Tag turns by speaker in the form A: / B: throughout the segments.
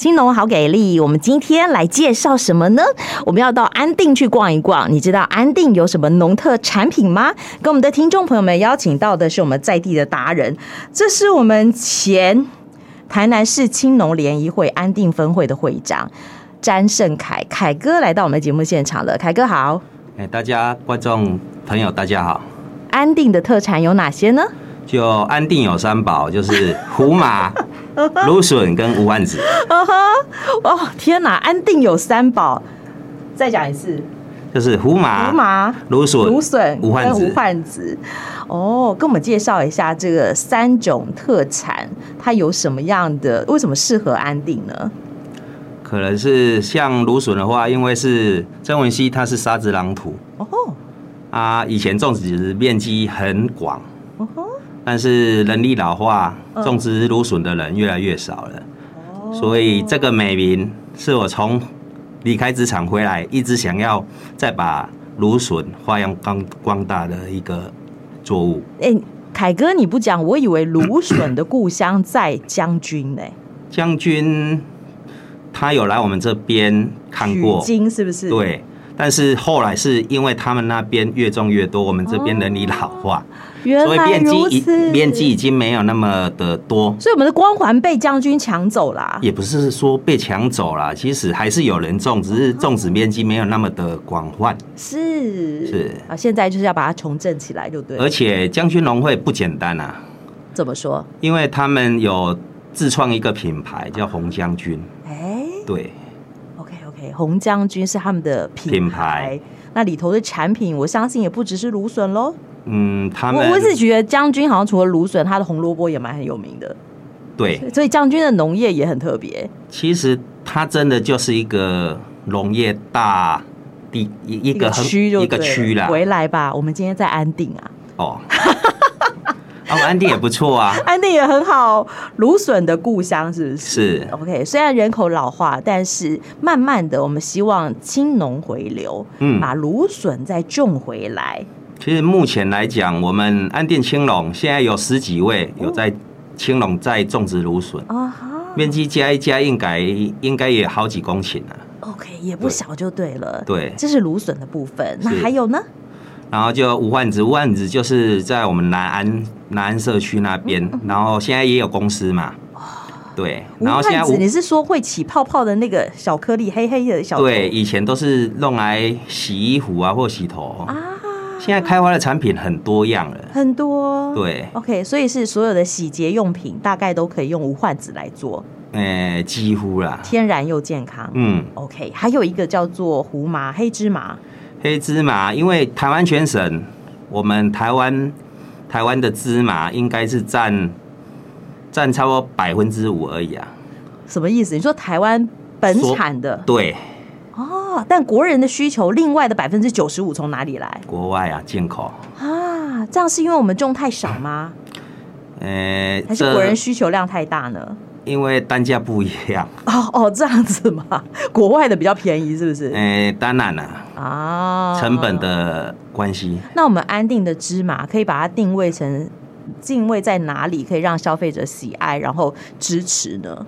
A: 金农好给力，我们今天来介绍什么呢？我们要到安定去逛一逛。你知道安定有什么农特产品吗？跟我们的听众朋友们邀请到的是我们在地的达人，这是我们前台南市青农联谊会安定分会的会长詹胜凯凯哥来到我们节目现场了。凯哥好，
B: 哎，大家观众朋友，大家好。
A: 安定的特产有哪些呢？
B: 就安定有三宝，就是胡 麻、芦笋跟无案子。
A: 哦哦，天哪！安定有三宝，再讲一次：
B: 就是胡麻、
A: 胡麻、
B: 芦笋、
A: 芦笋、
B: 无案
A: 跟
B: 子
A: 无。患子。哦，跟我们介绍一下这个三种特产，它有什么样的？为什么适合安定呢？
B: 可能是像芦笋的话，因为是曾文溪，它是沙子壤土
A: 哦
B: 啊，以前种植面积很广，
A: 哦吼
B: 但是人力老化，
A: 嗯哦
B: 种植芦笋的人越来越少了，所以这个美名是我从离开职场回来，一直想要再把芦笋发扬光光大的一个作物。
A: 哎、凯哥你不讲，我以为 芦笋的故乡在将军呢、
B: 将军他有来我们这边看
A: 取
B: 过，
A: 经是不是？，
B: 对，但是后来是因为他们那边越种越多，我们这边人力老化，
A: 哦原
B: 所以
A: 来
B: 面积
A: 如
B: 已
A: 此，
B: 面积已经没有那么的多。
A: 所以我们的光环被将军抢走啦、
B: 也不是说被抢走了，其实还是有人种，只是种植面积没有那么的广泛。
A: 是
B: 是
A: 啊，现在就是要把它重振起来，就对了
B: 而。且将军农会不简单啊，
A: 怎么说？
B: 因为他们有自创一个品牌叫红将军，
A: 哎
B: 对，
A: ，OK OK，红将军是他们的品
B: 品
A: 牌
B: 牌
A: 那里头的产品，我相信也不只是芦笋喽。
B: 嗯，他
A: 我
B: 们
A: 我是觉得将军好像除了芦笋，它的红萝卜也蛮很有名的，
B: 对，
A: 所以将军的农业也很特别。
B: 其实它真的就是一个农业大地一一个很
A: 区就
B: 一个
A: 对了
B: 区啦。
A: 回来吧，我们今天在安定啊，
B: 哦， 啊，安定也不错啊。
A: 安定也很好，芦笋的故乡是不是？
B: 是
A: OK，虽然人口老化，但是慢慢的，我们希望青农回流，
B: 嗯
A: 把芦笋再种回来。
B: 其实目前来讲，我们安定青龙现在有十几位有在青龙在种植芦笋，
A: 啊哈
B: 面积加一加应该应该也好几公顷啊。
A: ，OK，也不小就对了。
B: 对
A: 这是芦笋的部分。那
B: 是
A: 还有呢？
B: 然后就五万子，五万子就是在我们南安南安社区那
A: 嗯
B: 边，然后现在也有公司嘛。对，
A: 无
B: 然后现在
A: 患
B: 五
A: 子，你是说会起泡泡的那个小颗粒，黑黑的小球
B: 对，以前都是用来洗衣服啊或洗头，
A: 啊，
B: 现在开发的产品很多样了。
A: 很多。
B: 对，
A: OK，所以是所有的洗洁用品大概都可以用无患子来做，
B: 诶、几乎啦。
A: 天然又健康。
B: 嗯，
A: OK，还有一个叫做胡麻、黑芝麻，
B: 黑芝麻，因为台湾全省，我们台湾台湾的芝麻应该是占占差不多百分之五而已啊。
A: 什么意思？你说台湾本
B: 说
A: 产的
B: 对，
A: 哦，但国人的需求，另外的百分之九十五从哪里来
B: 国外啊进口，
A: 啊？这样是因为我们种太少吗？
B: 诶、
A: 还是国人需求量太大呢？
B: 呃因为单价不一样，
A: 哦哦，这样子嘛， 国外的比较便宜，是不是？
B: 诶、呃当然啦、
A: 啊，
B: 哎成本。的关系。
A: 那我们安定的芝麻可以把它定位成定位在哪里，可以让消费者喜爱，然后支持呢？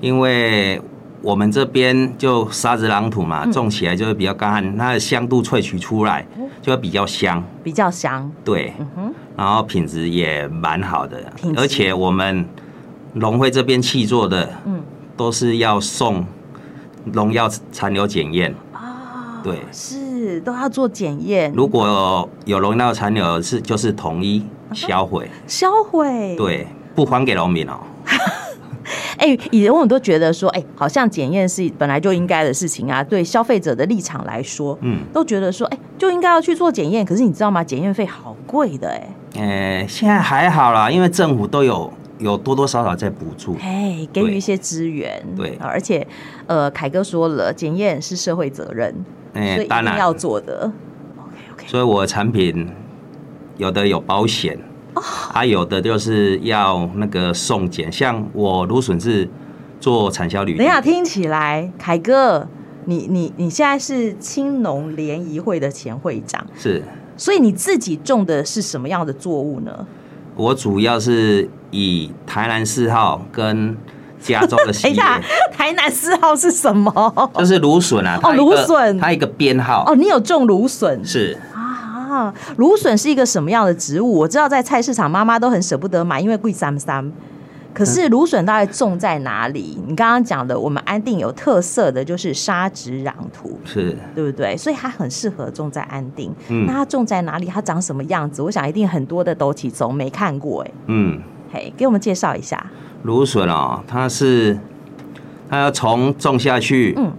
B: 因为我们这边就沙子壤土
A: 嗯
B: 嘛，种起来就会比较干，它的香度萃取出来
A: 哦
B: 就会比较香，
A: 比较香，
B: 对，
A: 嗯哼，
B: 然后品质也蛮好的
A: 品，质
B: 而且我们农会这边气做的
A: 嗯
B: 都是要送农药残留检验，
A: 啊，
B: 对
A: 是都要做检验，
B: 如果有农药残留是就是统一销毁，
A: 销毁。，
B: 对，不还给农民哦。
A: 哎、以前我们都觉得说，哎、好像检验是本来就应该的事情啊。对消费者的立场来说，
B: 嗯，
A: 都觉得说，哎、就应该要去做检验。可是你知道吗？检验费好贵的、哎
B: 呃，现在还好啦，因为政府都有有多多少少在补助
A: 哎，，哎，给予
B: 对
A: 一些资源，
B: 对
A: 啊而且，呃，凯哥说了，检验是社会责任，
B: 哎、
A: 所以一
B: 当
A: 定
B: 然
A: 要做的。OK OK，
B: 所以我的产品有的有保险，
A: 哦
B: 啊，有的就是要那个送检。像我芦笋是做产销
A: 等
B: 履
A: 一
B: 历，
A: 下听起来，凯哥，你你你现在是青农联谊会的前会长，
B: 是
A: 所以你自己种的是什么样的作物呢？
B: 我主要是以台南四号跟加州 的
A: 等
B: 西
A: 一
B: 野，
A: 下，台南四号是什么？
B: 就是芦笋啊，它
A: 哦
B: 一个
A: 芦笋
B: 它一个编号、
A: 哦，你有种芦笋
B: 是
A: 啊？芦笋是一个什么样的植物？我知道在菜市场妈妈都很舍不得买，因为贵三三。可是芦笋大概种在哪里？你刚刚讲的，我们安定有特色的就是沙质壤土，
B: 是
A: 对不对？所以它很适合种在安定。
B: 嗯
A: 那它种在哪里？它长什么样子？我想一定很多的斗体中没看过哎、
B: 嗯，
A: 嘿，给我们介绍一下。
B: 芦笋哦，它是它要从种下去，
A: 嗯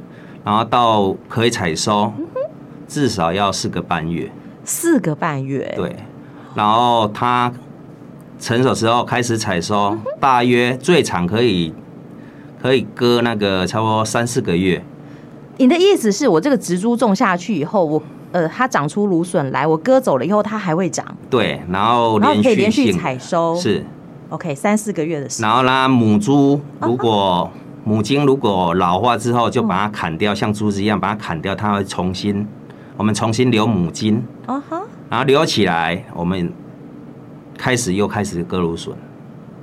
B: 然后到可以采收，至少要四个半月，
A: 四个半月，，
B: 对，然后它成熟时候开始采收，大约最长可以可以割那个差不多三四个月，
A: 你的意思是我这个植株种下去以后，我呃它长出芦笋来，我割走了以后它还会长，
B: 对，然后
A: 然后
B: 连
A: 可以
B: 续
A: 连续
B: 性
A: 采收，
B: 是，
A: OK 三四个月的时间。
B: 然后啦，母猪如果母鲸如果老化之后，就把它砍掉，像猪子一样把它砍掉，它会重新，我们重新留母鲸，
A: 啊哈，
B: 然后留起来，我们开始又开始割芦笋，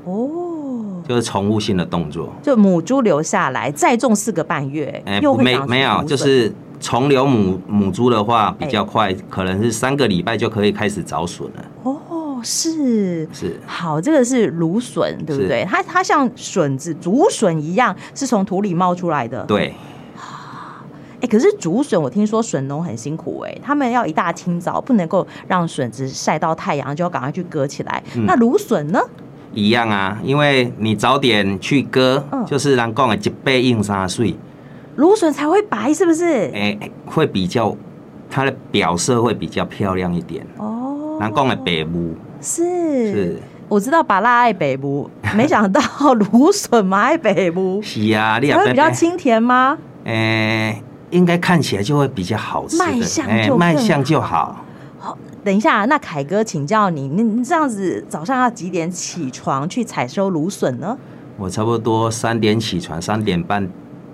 A: 哦，
B: 就是重复性的动作。
A: 就母猪留下来再种四个半月，
B: 哎、
A: 又
B: 不
A: 会
B: 没
A: 长出
B: 没有，
A: 芦笋
B: 就是重留母母猪的话比
A: 哎
B: 较快，可能是三个礼拜就可以开始找笋了。
A: 哦是。
B: 是，
A: 好，这个是芦笋，对不
B: 是
A: 对？它它像笋子、竹笋一样，是从土里冒出来的。
B: 对，
A: 哎、可是竹笋，我听说笋农很辛苦哎、他们要一大清早不能够让笋子晒到太阳，就要赶快去割起来。
B: 嗯
A: 那芦笋呢？
B: 一样啊，因为你早点去割，
A: 嗯
B: 就是人讲的一倍硬三岁，
A: 芦笋才会白，是不是？
B: 哎、会比较它的表色会比较漂亮一点。
A: 哦，
B: 人讲的欸白木
A: 是
B: 是
A: 我知道巴拉爱北部，没想到芦笋嘛爱北部，
B: 是啊，你也
A: 才会比较清甜吗？
B: 哎、应该看起来就会比较好吃的，
A: 卖相
B: 哎
A: 就
B: 卖
A: 更
B: 相就好。
A: 等一下，那凯哥请教你，你你这样子早上要几点起床去采收芦笋呢？
B: 我差不多三点起床，三点半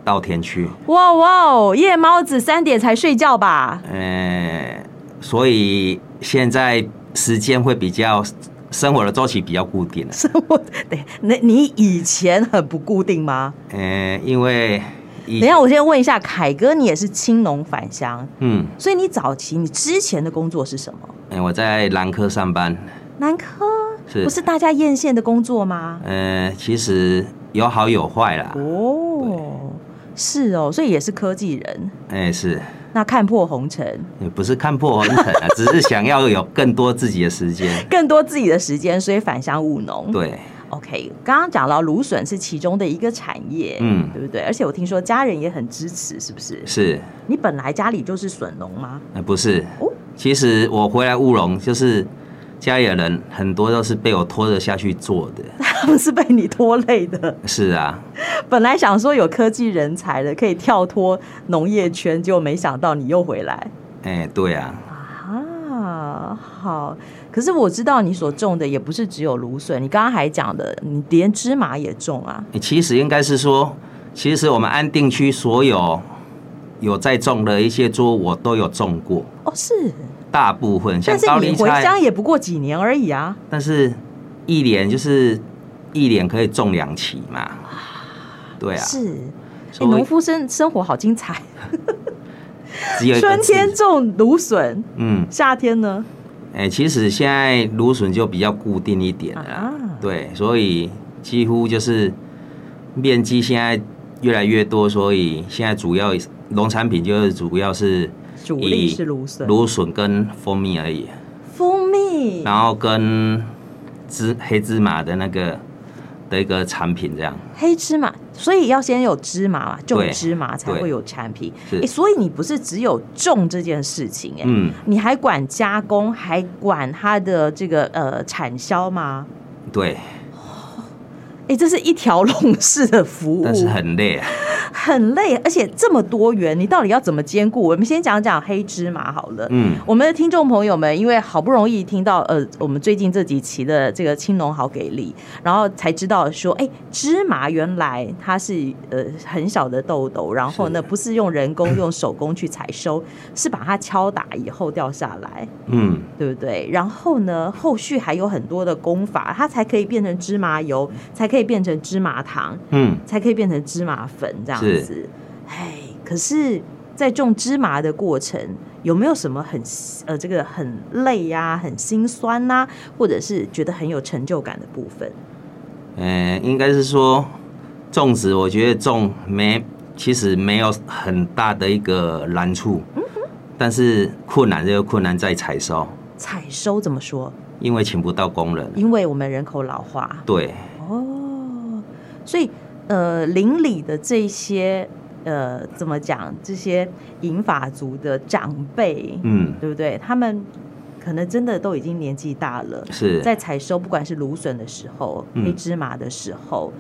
B: 到田区。
A: 哇哇哦，夜猫子三点才睡觉 吧？
B: 呃，所以现在时间会比较生活的周期比较固定了。啊
A: 生活对，那你以前很不固定吗？
B: 呃，因为以
A: 等一下，我先问一下，凯哥，你也是青农返乡，
B: 嗯、
A: 所以你早期你之前的工作是什么？
B: 呃我在兰科上班，
A: 南科
B: 是
A: 不是大家艳羡的工作吗？
B: 呃，其实有好有坏啦。
A: 嗯哦，是哦，所以也是科技人。
B: 哎、是
A: 那看破红尘，
B: 也不是看破红尘啊，只是想要有更多自己的时间。
A: 更多自己的时间，所以返乡务农。
B: 对，
A: ，OK，刚刚讲到芦笋是其中的一个产业，
B: 嗯
A: 对不对？而且我听说家人也很支持，是不是？
B: 是，
A: 你本来家里就是笋农吗？
B: 呃，不是
A: 哦。
B: 其实我回来务农，就是家里的人很多都是被我拖着下去做的。
A: 他们是被你拖累的。
B: 是啊，
A: 本来想说有科技人才的可以跳脱农业圈，结果没想到你又回来
B: 哎、对啊，
A: 啊！好，可是我知道你所种的也不是只有芦笋，你刚刚还讲的，你连芝麻也种啊。
B: 欸其实应该是说，其实我们安定区所有有在种的一些桌，我都有种过，
A: 哦，是，
B: 大部分像
A: 但是
B: 高
A: 你
B: 丽
A: 回乡
B: 菜，
A: 也不过几年而已啊。
B: 但是一年就是一年可以种两期嘛，对啊，
A: 是，哎，
B: 所以
A: 农夫生生活好精彩，
B: 只有一个
A: 春天
B: 字，
A: 种芦笋，
B: 嗯，
A: 夏天呢？
B: 哎、其实现在芦笋就比较固定一点了啦，
A: 啊
B: 对，所以几乎就是面积现在越来越多，所以现在主要农产品就是主要是。
A: 主力
B: 以
A: 是芦笋，
B: 芦笋跟蜂蜜而已，
A: 蜂蜜。
B: 然后跟芝黑芝麻的那个的一个产品这样。
A: 黑芝麻，所以要先有芝麻嘛，种
B: 对
A: 芝麻才会有产品。
B: 是
A: 诶所以你不是只有种这件事情、哎诶，
B: 嗯，
A: 你还管加工，还管它的这个呃产销吗？
B: 对，
A: 哎、这是一条龙式的服务，
B: 但是很累啊。
A: 很累，而且这么多元，你到底要怎么兼顾？我们先讲讲黑芝麻好了。
B: 嗯，
A: 我们的听众朋友们，因为好不容易听到呃，我们最近这几期的这个青农好给力，然后才知道说，哎，芝麻原来它是呃很小的豆豆，然后呢
B: 是
A: 不是用人工用手工去采收，是把它敲打以后掉下来，
B: 嗯，
A: 对不对？然后呢，后续还有很多的工法，它才可以变成芝麻油，才可以变成芝麻糖，
B: 嗯，
A: 才可以变成芝麻粉这样
B: 是
A: 子。哎，可是，在种芝麻的过程，有没有什么很呃这个很累呀、很心酸呐、或者是觉得很有成就感的部分？
B: 呃，应该是说种植，我觉得种没其实没有很大的一个难处，但是困难就困难在采收，
A: 采收怎么说？
B: 因为请不到工人。
A: 因为我们人口老化
B: 对，
A: 哦，所以呃，邻里的这些呃怎么讲？这些银发族的长辈，
B: 嗯，
A: 对不对？他们可能真的都已经年纪大了，
B: 是
A: 在采收，不管是芦笋的时候、
B: 嗯
A: 黑芝麻的时候，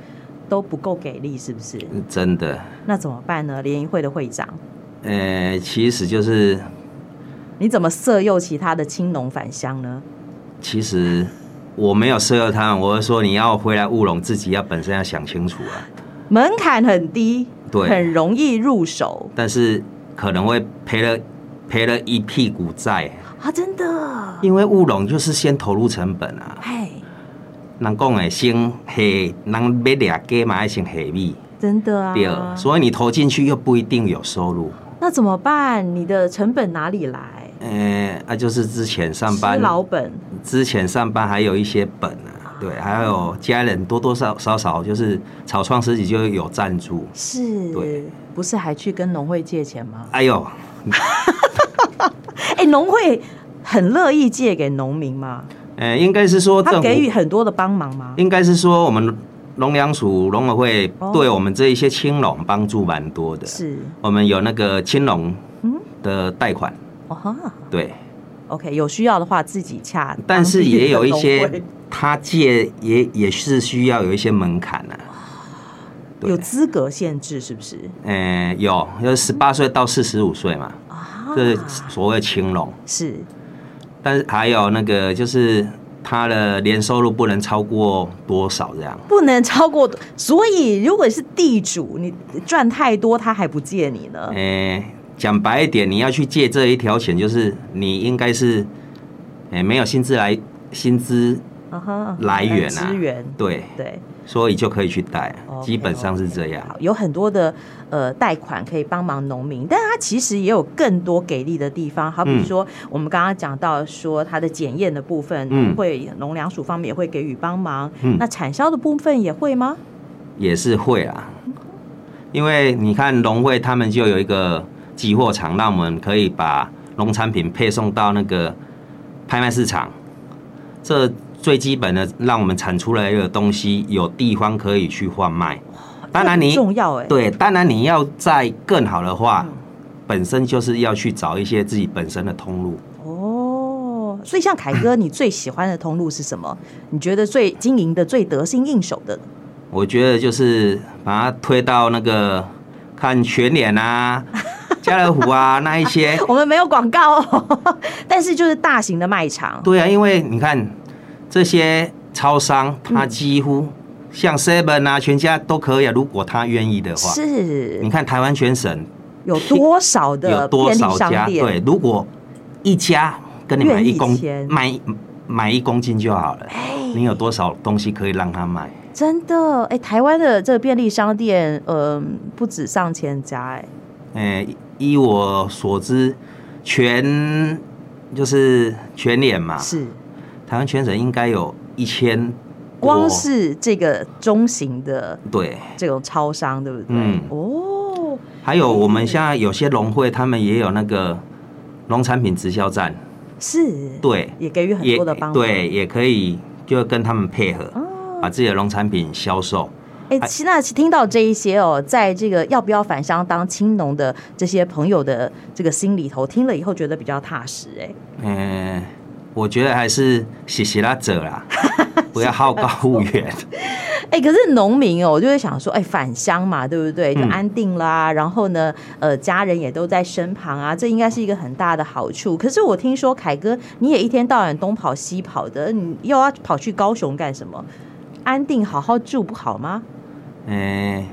A: 都不够给力，是不是？
B: 真的。
A: 那怎么办呢？联谊会的会长，
B: 呃，其实就是
A: 你怎么色诱其他的青农返乡呢？
B: 其实我没有色诱他们，我是说你要回来务农，自己要本身要想清楚啊。
A: 门槛很低，
B: 对
A: 很容易入手
B: 但是可能会赔了赔了一屁股债，
A: 啊！真的，
B: 因为务农就是先投入成本啊。
A: 哎，
B: 人讲的先黑，人要俩鸡嘛要先黑米，
A: 真的啊。
B: 对，所以你投进去又不一定有收入。
A: 那怎么办？你的成本哪里来？
B: 呃，啊，就是之前上班
A: 吃，老本，
B: 之前上班还有一些本啊，对，还有家人多多少少少就是草创时期就有赞助，
A: 是
B: 对，
A: 不是还去跟农会借钱吗？
B: 哎呦，
A: 哎，农会很乐意借给农民吗？
B: 呃，应该是说
A: 他
B: 政
A: 给予
B: 府，
A: 很多的帮忙吗？
B: 应该是说我们农粮署农委会
A: 哦
B: 对我们这一些青农帮助蛮多的，
A: 是，
B: 我们有那个青农
A: 嗯，
B: 的贷款，
A: 哦哈
B: 对，
A: ，OK，有需要的话自己洽，
B: 但是也有一
A: 当地的
B: 些
A: 农
B: 他借也也是需要有一些门槛啊，
A: 会哦有资格限制，是不是
B: 呃，有，就是十八岁到四十五岁嘛，
A: 啊？
B: 这是所谓青农。
A: 是
B: 但是还有那个就是他的年收入不能超过多少这样。
A: 不能超过，所以如果是地主，你赚太多，他还不借你呢。
B: 诶、呃讲白一点，你要去借这一条钱，就是你应该是诶、没有薪资来薪资
A: 啊哈，
B: 来源啊，
A: 资源，
B: 对，
A: 对，
B: 所以就可以去贷
A: OK，
B: 基本上是这样。
A: 好，啊有很多的呃贷款可以帮忙农民，但它其实也有更多给力的地方，好比
B: 嗯
A: 说我们刚刚讲到说它的检验的部分，
B: 嗯
A: 会农粮署方面也会给予帮忙，
B: 嗯
A: 那产销的部分也会吗？
B: 也是会啦，因为你看农会他们就有一个集货场，让我们可以把农产品配送到那个拍卖市场。这最基本的，让我们产出来的东西有地方可以去换卖。当然
A: 这很
B: 你
A: 重要哎、
B: 对，当然你要在更好的话
A: 嗯，
B: 本身就是要去找一些自己本身的通路。
A: 哦，所以像凯哥，你最喜欢的通路是什么？你觉得最经营的最得心应手的？
B: 我觉得就是把它推到那个看全 脸啊、家乐福啊那一些，
A: 我们没有广告、哦， 但是就是大型的卖场，
B: 对啊，因为你看这些超商，它几
A: 嗯
B: 乎像 Seven 啊、全家都可以啊，如果他愿意的话。
A: 是
B: 你看台湾全省
A: 有多少
B: 有
A: 的
B: 多
A: 便利
B: 少
A: 商
B: 家？
A: 店？
B: 对，如果一家跟你买一
A: 愿
B: 公
A: 意签
B: 卖买一公斤就好了，
A: 哎
B: 你有多少东西可以让他买？
A: 真的，哎、台湾的这个便利商店，呃，不止上千家、哎，
B: 诶、依我所知，全就是全脸嘛，
A: 是，
B: 台湾全省应该有一千多，
A: 光是这个中型的
B: 对，
A: 这种超商，对不对？
B: 嗯
A: 哦，
B: 还有我们现在有些农会，他们也有那个农产品直销站，
A: 是，，
B: 对，
A: 也给予很
B: 也
A: 多的帮助。
B: 对，也可以就跟他们配合，
A: 哦
B: 把自己的农产品销售。
A: 哎、其那听到这一些哦，在这个要不要返乡当青农的这些朋友的这个心里头，听了以后觉得比较踏实、哎，
B: 嗯、我觉得还是喜喜拉者啦， 不要好高骛远。
A: 哎、可是农民哦，我就会想说，哎、返乡嘛，对不对？就
B: 嗯
A: 安定啦，然后呢，呃，家人也都在身旁啊，这应该是一个很大的好处。可是我听说凯哥，你也一天到晚东跑西跑的，你又要跑去高雄干什么？安定好好住不好吗？
B: 嗯、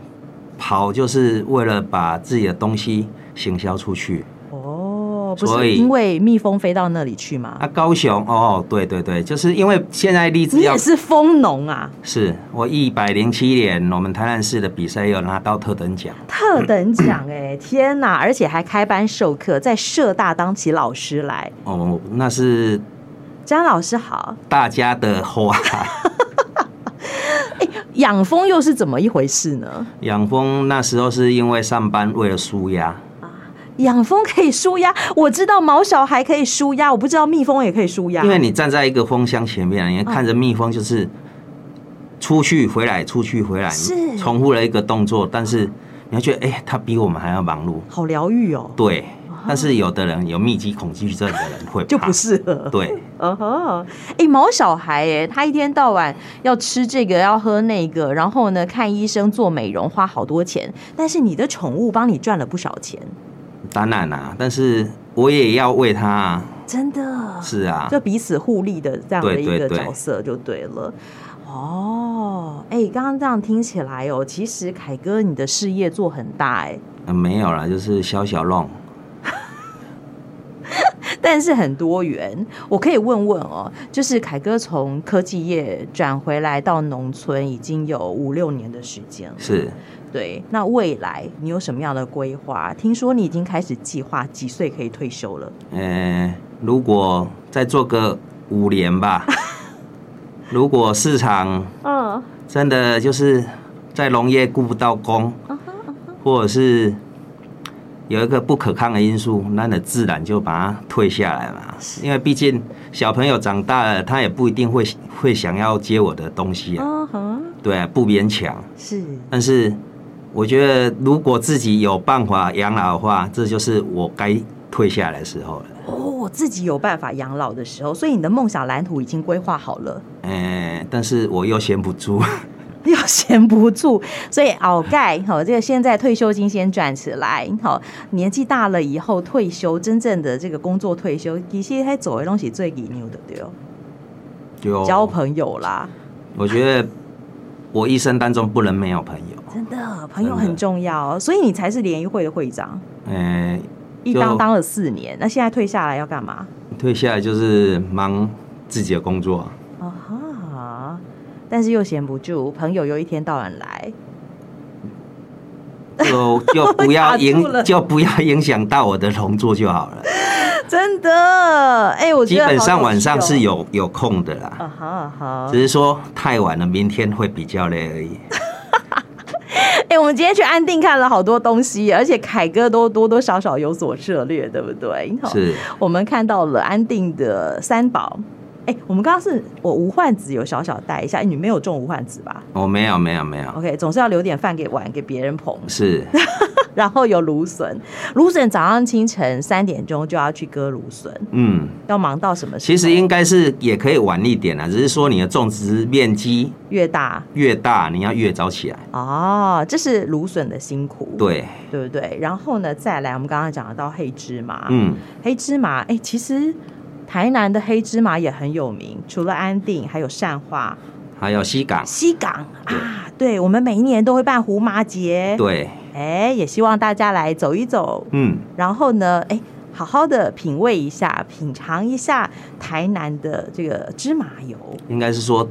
B: 跑就是为了把自己的东西行销出去。
A: 哦，不
B: 所
A: 是
B: 以
A: 因为蜜蜂飞到那里去吗？
B: 啊，高雄哦，对对对，就是因为现在荔枝
A: 你
B: 要嗯
A: 也是蜂农啊，
B: 是我一百零七年，我们台南市的比赛有拿到特等奖。
A: 特等奖哎、天哪！而且还开班授课，在社大当起老师来。
B: 哦，那是
A: 张老师好，
B: 大家的花。
A: 养蜂又是怎么一回事呢？
B: 养蜂那时候是因为上班为了舒压，
A: 养蜂可以舒压， 我知道毛小孩可以舒压，我不知道蜜蜂也可以舒压。
B: 因为你站在一个蜂箱前面，啊你
A: 嗯
B: 看着蜜蜂就是出去回来，出去回来，
A: 是
B: 重复了一个动作，但是你会觉得，哎、它比我们还要忙碌。
A: 好疗愈 哦，
B: 对，但是有的人有密集恐惧症的人会
A: 就
B: 怕
A: 不适合。
B: 对，
A: 嗯哼，哎，毛小孩哎，他一天到晚要吃这个，要喝那个，然后呢看医生做美容，花好多钱。但是你的宠物帮你赚了不少钱，
B: 当然啦、但是我也要为他啊，
A: 真的
B: 是啊，
A: 就彼此互利的这样的
B: 对
A: 一
B: 对
A: 个
B: 对
A: 角色就对了。哦，哎、刚刚这样听起来哦，其实凯哥你的事业做很大哎、
B: 呃没有啦，就是小小弄。
A: 但是很多元。我可以问问哦，就是凯哥从科技业转回来到农村已经有五六年的时间了，
B: 是，
A: 对。那未来你有什么样的规划？听说你已经开始计划几岁可以退休了，
B: 呃，如果再做个五年 吧，如果市场
A: 嗯，
B: 真的就是在农业顾不到工，或者是有一个不可抗的因素，那你自然就把它退下来嘛。因为毕竟小朋友长大了，他也不一定会会想要接我的东西啊，
A: 嗯哼，
B: 对啊不勉强。
A: 是。
B: 但是我觉得，如果自己有办法养老的话，这就是我该退下来的时候了。
A: 哦，我自己有办法养老的时候，所以你的梦想蓝图已经规划好了。
B: 嗯、但是我又闲不住。
A: 又闲不住，所以熬盖好，这个现在退休金先赚起来，好，年纪大了以后退休，真正的这个工作退休，其实还走的东西最给牛的对哦，
B: 就
A: 交朋友啦，
B: 我觉得我一生当中不能没有朋友。
A: 真的朋友很重要，哦所以你才是联谊会的会长，
B: 嗯、
A: 一当当了四年，那现在退下来要干嘛？
B: 退下来就是忙自己的工作。
A: 啊哈，但是又闲不住，朋友又一天到晚来，
B: 就就不 要
A: 卡住了
B: 影，就不要影响到我的工作就好了。
A: 真的，哎、我觉
B: 基
A: 得
B: 本
A: 好
B: 上
A: 有
B: 晚上
A: 趣哦
B: 是有有空的啦，
A: 啊哈啊哈
B: 只，是说太晚了，明天会比较累而已。
A: 哎、我们今天去安定看了好多东西，而且凯哥都多多少少有所涉猎，对不对？好，
B: 是
A: 我们看到了安定的三宝。哎、我们刚刚是我无患子有小小带一下，哎你没有种无患子吧
B: 我哦没有没有没有，
A: ？OK，总是要留点饭给碗给别人捧。
B: 是
A: 然后有芦笋，芦笋早上清晨三点钟就要去割芦笋，
B: 嗯，
A: 要忙到什么时候？
B: 其实应该是也可以晚一点啦，只是说你的种植面积
A: 越大
B: 越大，你要越早起来。
A: 哦，这是芦笋的辛苦，
B: 对，
A: 对不对？然后呢，再来我们刚刚讲到黑芝麻，
B: 嗯，
A: 黑芝麻，哎、其实台南的黑芝麻也很有名，除了安定，还有善化、
B: 还有西港，
A: 西港啊。对，我们每一年都会办胡麻节，
B: 对，
A: 哎、也希望大家来走一走，
B: 嗯，
A: 然后呢，哎、好好的品味一下，品尝一下台南的这个芝麻油。
B: 应该是说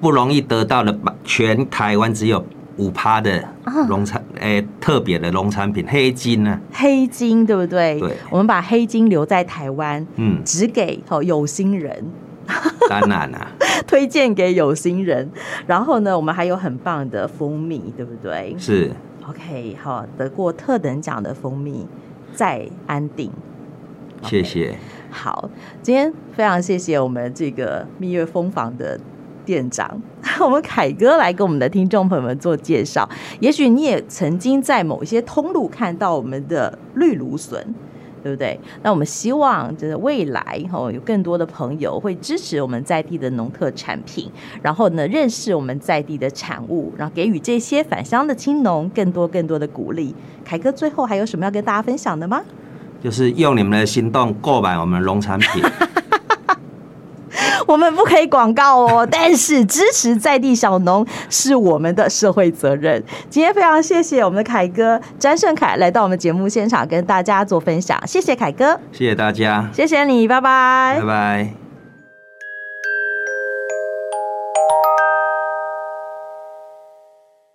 B: 不容易得到的吧，全台湾只有五趴的
A: 啊
B: 农产，诶、特别的农产品黑金啊呢、
A: 黑金对不对？
B: 对
A: 我们把黑金留在台湾，，
B: 嗯
A: 只给哦有心人，
B: 当然啦、
A: 推荐给有心人。然后呢，我们还有很棒的蜂蜜，对不对？
B: 是
A: OK，好，得过特等奖的蜂蜜在安定。
B: 谢谢，
A: 好，今天非常谢谢我们这个蜜月蜂房的店长， 我们凯哥来给我们的听众朋友们做介绍。也许你也曾经在某一些通路看到我们的绿芦笋。对不对？那我们希望就是未来哦，有更多的朋友会支持我们在地的农特产品，然后呢，认识我们在地的产物，然后给予这些返乡的青农更多更多的鼓励。凯哥最后还有什么要跟大家分享的吗？
B: 就是用你们的行动购买我们的农产品。
A: 我们不可以广告哦， 但是支持在地小农是我们的社会责任。今天非常谢谢我们的凯哥詹胜凯来到我们节目现场跟大家做分享，谢谢凯哥，
B: 谢谢大 家，
A: 谢谢你，拜拜
B: 拜拜。